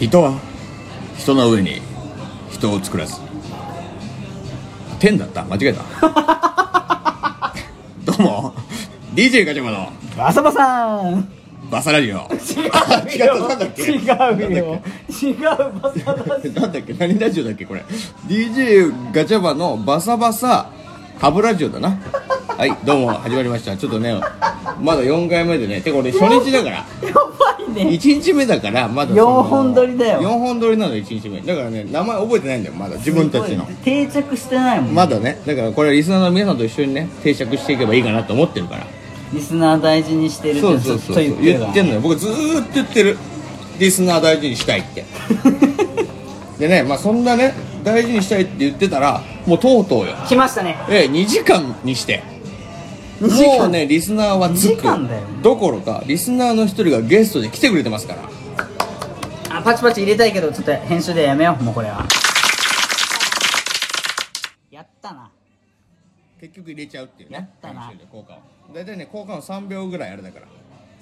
人は人の上に人を作らず天だった間違えた どうも DJ ガチャマの浅場さんバサラジオ違 違ったなんだっけ違うよ違うバサバサなんだっけ何ラジオだっけこれ DJ ガチャバのバサバサハブラジオだなはいどうも始まりましたちょっとねまだ4回目でねてか俺初日だからやばいね1日目だからまだその四本撮りだよ四本撮りなの1日目だからね名前覚えてないんだよまだ自分たちの定着してないもん、まだねだからこれリスナーの皆さんと一緒にね定着していけばいいかなと思ってるからリスナー大事にしてるってそうずそうっそとう言ってる言わってんのよ僕ずーっと言ってるリスナー大事にしたいって でねまあそんなね大事にしたいって言ってたらもうとうとうよ来ましたねええ2時間にして2時間もうねリスナーはつ2時く間だよどころかリスナーの一人がゲストで来てくれてますからあパチパチ入れたいけどちょっと編集でやめようもうこれはやったな結局入れちゃうっていうやっねたな編集で効果を大体ね効果を3秒ぐらいあれだから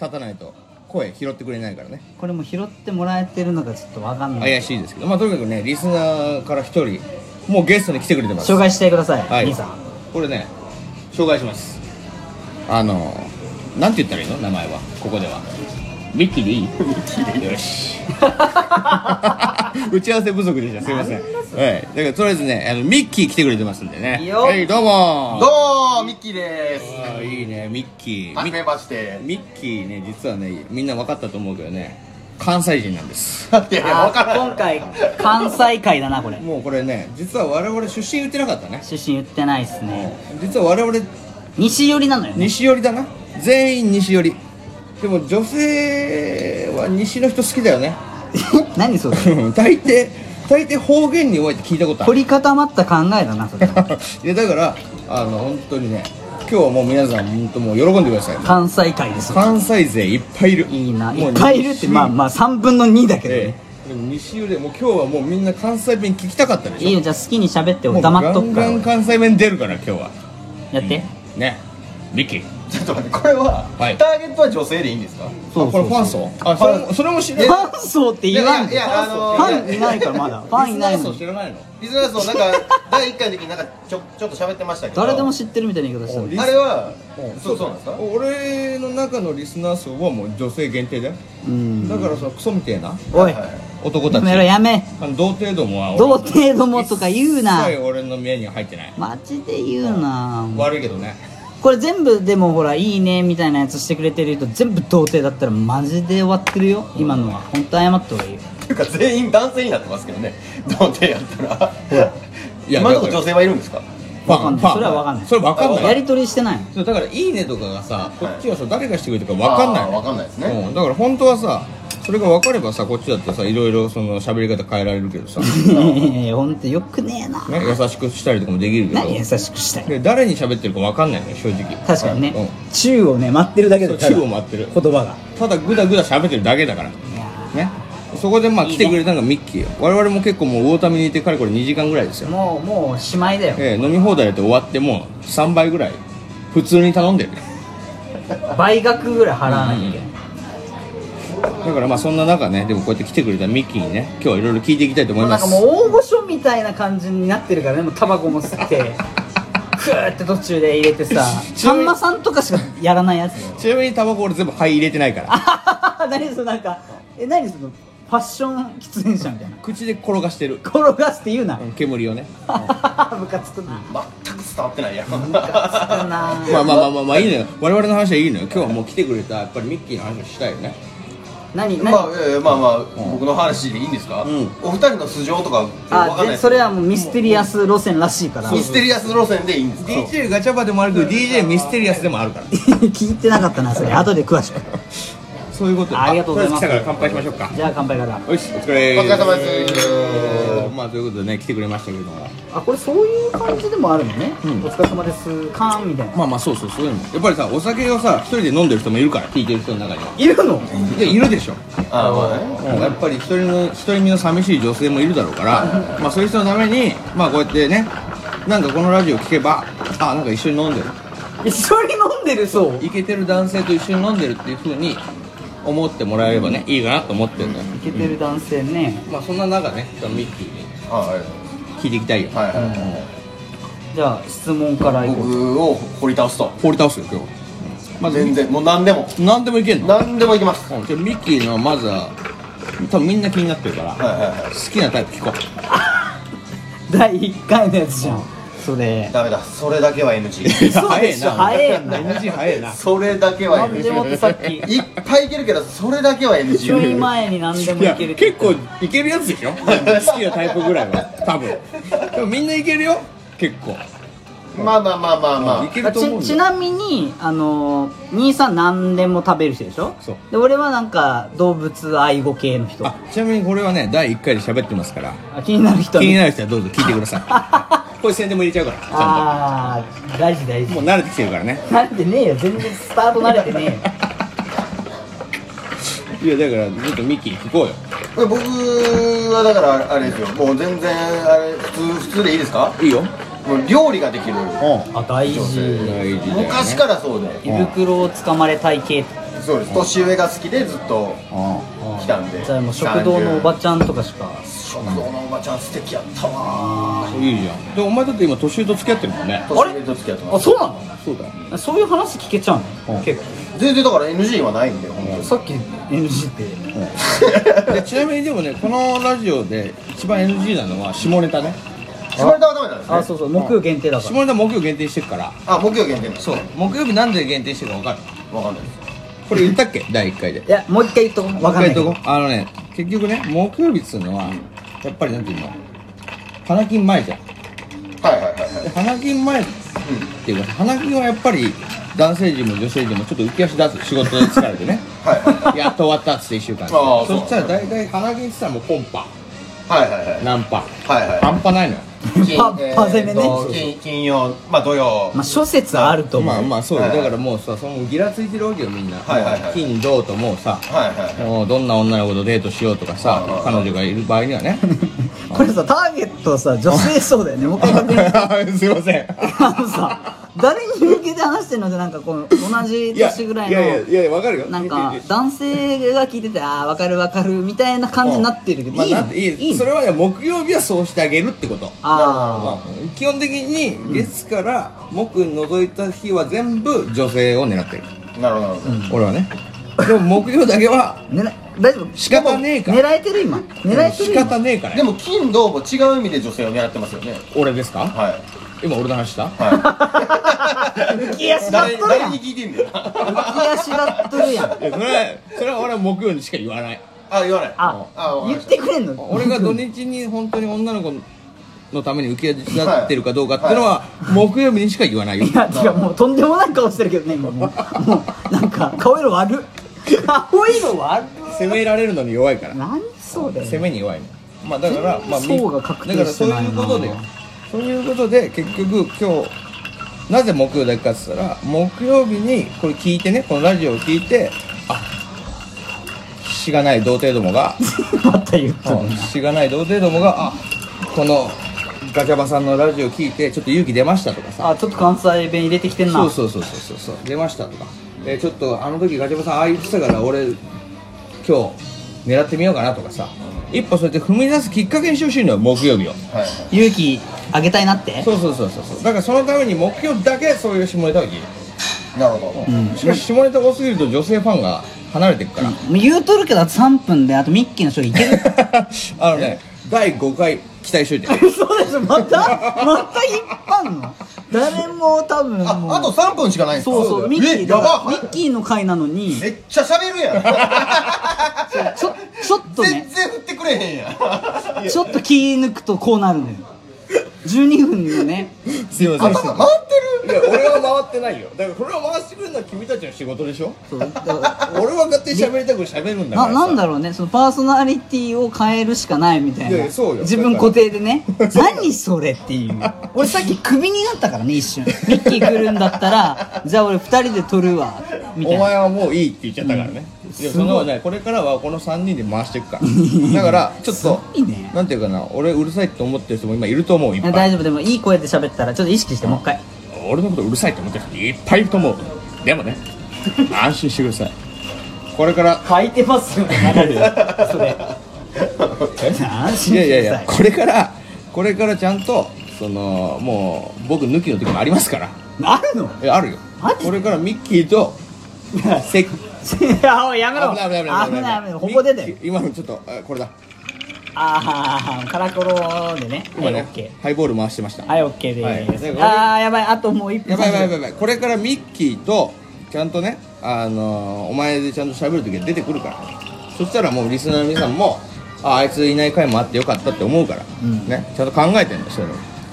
立たないと声拾ってくれないからねこれも拾ってもらえてるのかちょっとわかんない怪しいですけどまあとにかくねリスナーから一人もうゲストに来てくれてます紹介してください、はい兄さんこれね紹介しますあのなんて言ったらいいの名前はここではミッキーでいいよし 打ち合わせ不足でしたすいませんはいだからとりあえずねあのミッキー来てくれてますんでねいいよはいどうもどうもミッキーですあーいいねミッキーはミじめましてミッキーね実はねみんな分かったと思うけどね関西人なんですだってあ分から今ない回関西会だなこれもうこれね実は我々出身言ってなかったね出身言ってないっすね実は我々西寄りなのよね西寄りだな全員西寄りでも女性は西の人好きだよね 何それ大抵大抵方言に弱いって聞いたことあ凝る り固まった考えだなそれいやだからあの本当にね今日はもう皆さん本当もう喜んでください関西会ですよ関西勢いっぱいいるいいなもういっぱいいるってまあまあ3分の2だけどえね、えでも西寄りでもう今日はもうみんな関西弁聞きたかったでしょいいよじゃあ好きに喋っても俺う黙っとくかガらンガン関西弁出るから今日はやってねミッキーちょっと待ってこれは、はいターゲットは女性でいいんですかそうあこれファン層あそれもそれも知らフないァン層って言わんいでやいやあフのァンいないからまだファンいないリスナのー層知らないのリズナーズのなんか第1回の時になんかちょ ちょっと喋ってましたけど誰でも知ってるみたいな言い方しておるリあれはそうそうなんですか俺の中のリスナー層はもう女性限定だよ、うんだからそのクソみてえなおいはは男たやちめろやめあの童貞どもは童貞どもとか言うな一切俺の目には入ってないマジで言うな悪いけどねこれ全部でもほらいいねみたいなやつしてくれてる人全部童貞だったらマジで終わってるよ今のは本当謝った方がいいよっていうか全員男性になってますけどね童貞やったらほらいや今のとだかこら女性はいるんですかわかんないそれはわかんないそれわかんなやいり取りしてないのそうだから「いいね」とかがさこっちはさ誰がしてくれたかわかんない分かんないですね、うん、だから本当はさそれが分かればさこっちだってさいろいろその喋り方変えられるけど さ、ね、いやほんとよくねえな優しくしたりとかもできるけ何優どしくしたいで誰に喋ってるか分かんないのよ正直確かにね、う宙をね待ってるだけだん、宙を待ってる言葉がただグダグダ喋ってるだけだからいやねそこでまあいいね来てくれたのがミッキーよ我々も結構もう大民にいてかれこれ2時間ぐらいですーよ、もうもうしまいだよええ飲み放題やって終わってもう3倍ぐらい普通に頼んでる倍額ぐらい払わなきゃいけない、だからまあそんな中ねでもこうやって来てくれたミッキーにね今日はいろいろ聞いていきたいと思もいうなまんかすもう大御所みたいな感じになってるからねもうタバコも吸ってふーって途中で入れてさちなさみんにまさんとかしかやらないやつ よちなみにタバコ俺全部灰入れてないからあ何そのなんかえ何そのファッション喫煙者みたいな口で転がしてる転がすって言うなうん煙をね 部活くな全く伝わってないやん部活くなまあまあまあまあまあいいのよ我々の話はいいのよ今日はもう来てくれたやっぱりミッキーの話をしたいよね何何、まあ、えーまあまあ、僕の話でいいんですか、んお二人の素性とか分かんないあでですそれはもうミステリアス路線らしいからミステリアス路線でいいんですか DJ ガチャバでもあるけど DJ ミステリアスでもあるから 聞いてなかったなそれ後で詳しくそういうことありがとうございますあとりあえず来たから乾杯しましょうかじゃあ乾杯からよしお疲れお疲れ様ですまあということでね来てくれましたけれどもあこれそういう感じでもあるのね、んお疲れ様ですカーンみたいなまあまあそうそうそういうのやっぱりさお酒をさ一人で飲んでる人もいるから聞いてる人の中にはいるのいやいるでしょ、あーまあねやっぱり一人の一人身の寂しい女性もいるだろうからまあそういう人のためにまあこうやってねなんかこのラジオ聞けばあなんか一緒に飲んでる一緒に飲んでるそうイケてる男性と一緒に飲んでるっていう風に思ってもらえればね、いいかなと思ってんだよイケてる男性ねまあそんな中ねそのミッキーにはい聞いていきたいよ、はいはいはいじゃあ質問からいこう僕を掘り倒すと放り倒すよ今日、まず全然もう何でも何でもいけんの何でもいきますうんじゃあミッキーのまずは多分みんな気になってるから、はいはいは好きなタイプ聞こう第1回のやつじゃんそれいダメだそれだけは NG 嘘でしょ早えな早えなそれだけは何で NG もってさっきいっぱいいけるけどそれだけは NG ちょい前に何でもいいやけるって結構いけるやつでしょ好きなタイプぐらいは多分でもみんないけるよ結構まあまあまあまあまいあけると思うんちだよちなみにあの兄さん何でも食べる人でしょそうで俺はなんか動物愛護系の人あちなみにこれはね第1回で喋ってますからあ気になる人気はになる人はどうぞ聞いてくださ いこれ宣伝も入れちゃうからちゃああ大事大んと事もう慣れてきてるからね慣れてねえよ全然スタート慣れてねえよ いやだからちょっとミッキー聞こうよ僕はだからあれですよもう全然あれ普通普通でいいですかいいよもう料理ができるうあ大事ん大事だよ、ね、昔からそうで胃袋をつかまれたい系そうです年上が好きでずっとう来たんでじゃあもう食堂のおば30ちゃんとかしか食堂のおばちゃん素敵やったわんいいじゃんでお前だって今年上と付き合ってるもんね年上と付き合ってまあすそうなそうだよのそういう話聞けちゃうの、うん結構全然だから NG はないんで本当にさっき NG ってでちなみにでもねこのラジオで一番 NG なのは下ネタね縛れたはダメなんですねあそうそう木曜限定だか下らネタ木曜限定してるからあ木曜限定なんですそう木曜日なんで限定してるか分かるわかんないですこれ言ったっけ第1回でいやもう一回言っとこうわかんないけどもう一回言っとこうあのね結局ね木曜日っつうのはやっぱりなんていうの花金前じゃんはいはいはいはいで花金前っていうか花金はやっぱり男性陣も女性陣もちょっと浮き足立つ仕事で疲れてねはやっと終わったっつって1週間あーそうそしたら大体花金ってさもうコンパいはいはいナンパはいはい半端ないのよ金パパ攻めねえーと金金曜まあ土曜まあ諸説あると思う、まあまあそうだよはいだからもうさそのギラついてるわけよみんな、はいはいはい金銅ともうさはいはいもうどんな女の子とデートしようとかさはいはい彼女がいる場合にはねこれさターゲットさ女性そうだよねもう一回確認して すいませんあのさ誰に向けて話してるのでなんかこの同じ年ぐらいのいやいやいやいやわかるよなんか男性が聞いててああわかるわかるみたいな感じになってるけど、まあいいなのんていいいいのそれはね木曜日はそうしてあげるってことまああ基本的に月から木除いた日は全部女性を狙ってるなるほどなるほど俺はねでも木曜だけはあ狙い大丈夫仕方ねえから狙えてる今狙えて仕る今方ねえからでよも金土も違う意味で女性を狙ってますよね俺ですかはい今俺の話したはい浮き足立誰っとるや誰んに浮き聞いてんだよあ足立っとるやんいやそれはそれは俺は木曜にしか言わない言わないああわかり言まっしたてくれんの俺が土日に本当に女の子のために浮き足立ってるかどうかっていうのは木曜日にしか言わないよいや違うもうとんでもない顔してるけどね今もうもうなんか顔色悪っ顔色悪っ攻められるのに弱いから何そうだよ攻めに弱いのまあだからまあみ層が確定してないなだからそういうことでよそういうことで結局今日なぜ木曜だけかって言ったら木曜日にこれ聞いてねこのラジオを聞いてあしがない童貞どもが また言っとるなしがない童貞どもがあこのガチャバさんのラジオ聞いてちょっと勇気出ましたとかさあちょっと関西弁入れてきてんなそうそうそうそうそうそう出ましたとか、えーちょっとあの時ガチャバさんああ言ってたから俺今日狙ってみようかなとかさ、一歩そうやって踏み出すきっかけにしてほしいのよ木曜日をはい勇気あげたいなってそうそうそうそうそうだからそのために目標だけそういう下ネタを聞いなるほどるしかし下ネタ多すぎると女性ファンが離れてくから、もう言うとるけどあと3分であとミッキーの人いける あのね第5回期待しといて嘘でしょまた また引っ張んの誰も多分もうああと3分しかないんですかそうそうミッキーえだやからばミッキーの回なのにめっちゃ喋るやんちょちょっと全ね然振ってくれへんやんちょっと気抜くとこうなるのよ12分のねすいま頭回ってるや俺は回ってないよだからこれは回してくるのは君たちの仕事でしょそうだ俺は勝手に喋りたく喋るんだかならなんだろろうねそのパーソナリティを変えるしかないみたいないやいやそうよ自分固定 でね何それっていう俺さっきクビになったからね一瞬ミッキー来るんだったらじゃあ俺2人で撮るわみたいおな前はもういいって言っちゃったからね、いやそのねこれからはこの3人で回していくからだからちょっといいねなんていうかな俺うるさいって思ってる人も今いると思ういっいやぱ大い丈夫でもいい声で喋ったらちょっと意識してもう一回俺のことうるさいって思ってる人いっぱいいると思うでもね安心してくださいこれから書いてますよ流れで それいやいやい安心してくださやいこれからこれからちゃんとそのもう僕抜きの時もありますからあ るのえあるよマジでこれからミッキーとせいやおいやめろ危ない危ない危ない危ないここでだミよッキー今のちょっとあこれだああカラコロでね今はいオねッケハイボール回してましたーはいオッケーではいすああやばいあともう一分やばいやばいやばいやばいこれからミッキーとちゃんとねあのーお前でちゃんと喋る時は出てくるからそしたらもうリスナーの皆さんもああいついない回もあってよかったって思うから、うんねちゃんと考えてんだそれを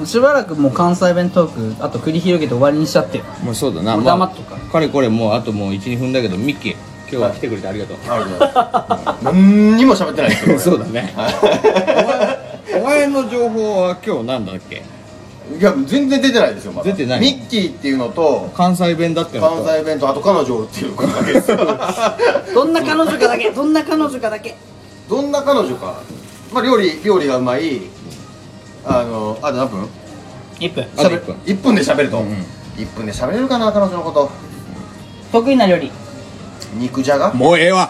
しばらくもう関西弁トークあと繰り広げて終わりにしちゃってよもうそうだなもうま黙あっとくからかれこれもうあともう12分だけどミッキー今日は来てくれてありがとう、ある何にも喋ってないですよ そうだねお前お前の情報は今日なんだっけいや全然出てないですよまだ出てないミッキーっていうのと関西弁だっての関と西弁とあと彼女おるっていうのだけです どんな彼女かだけどんな彼女かだけどんな彼女かまあ料理料理がうまいあのあと何分1分あと1分1分で喋ると、うんうん一1分で喋れるかな彼女のこと得意な料理肉じゃがもうええわ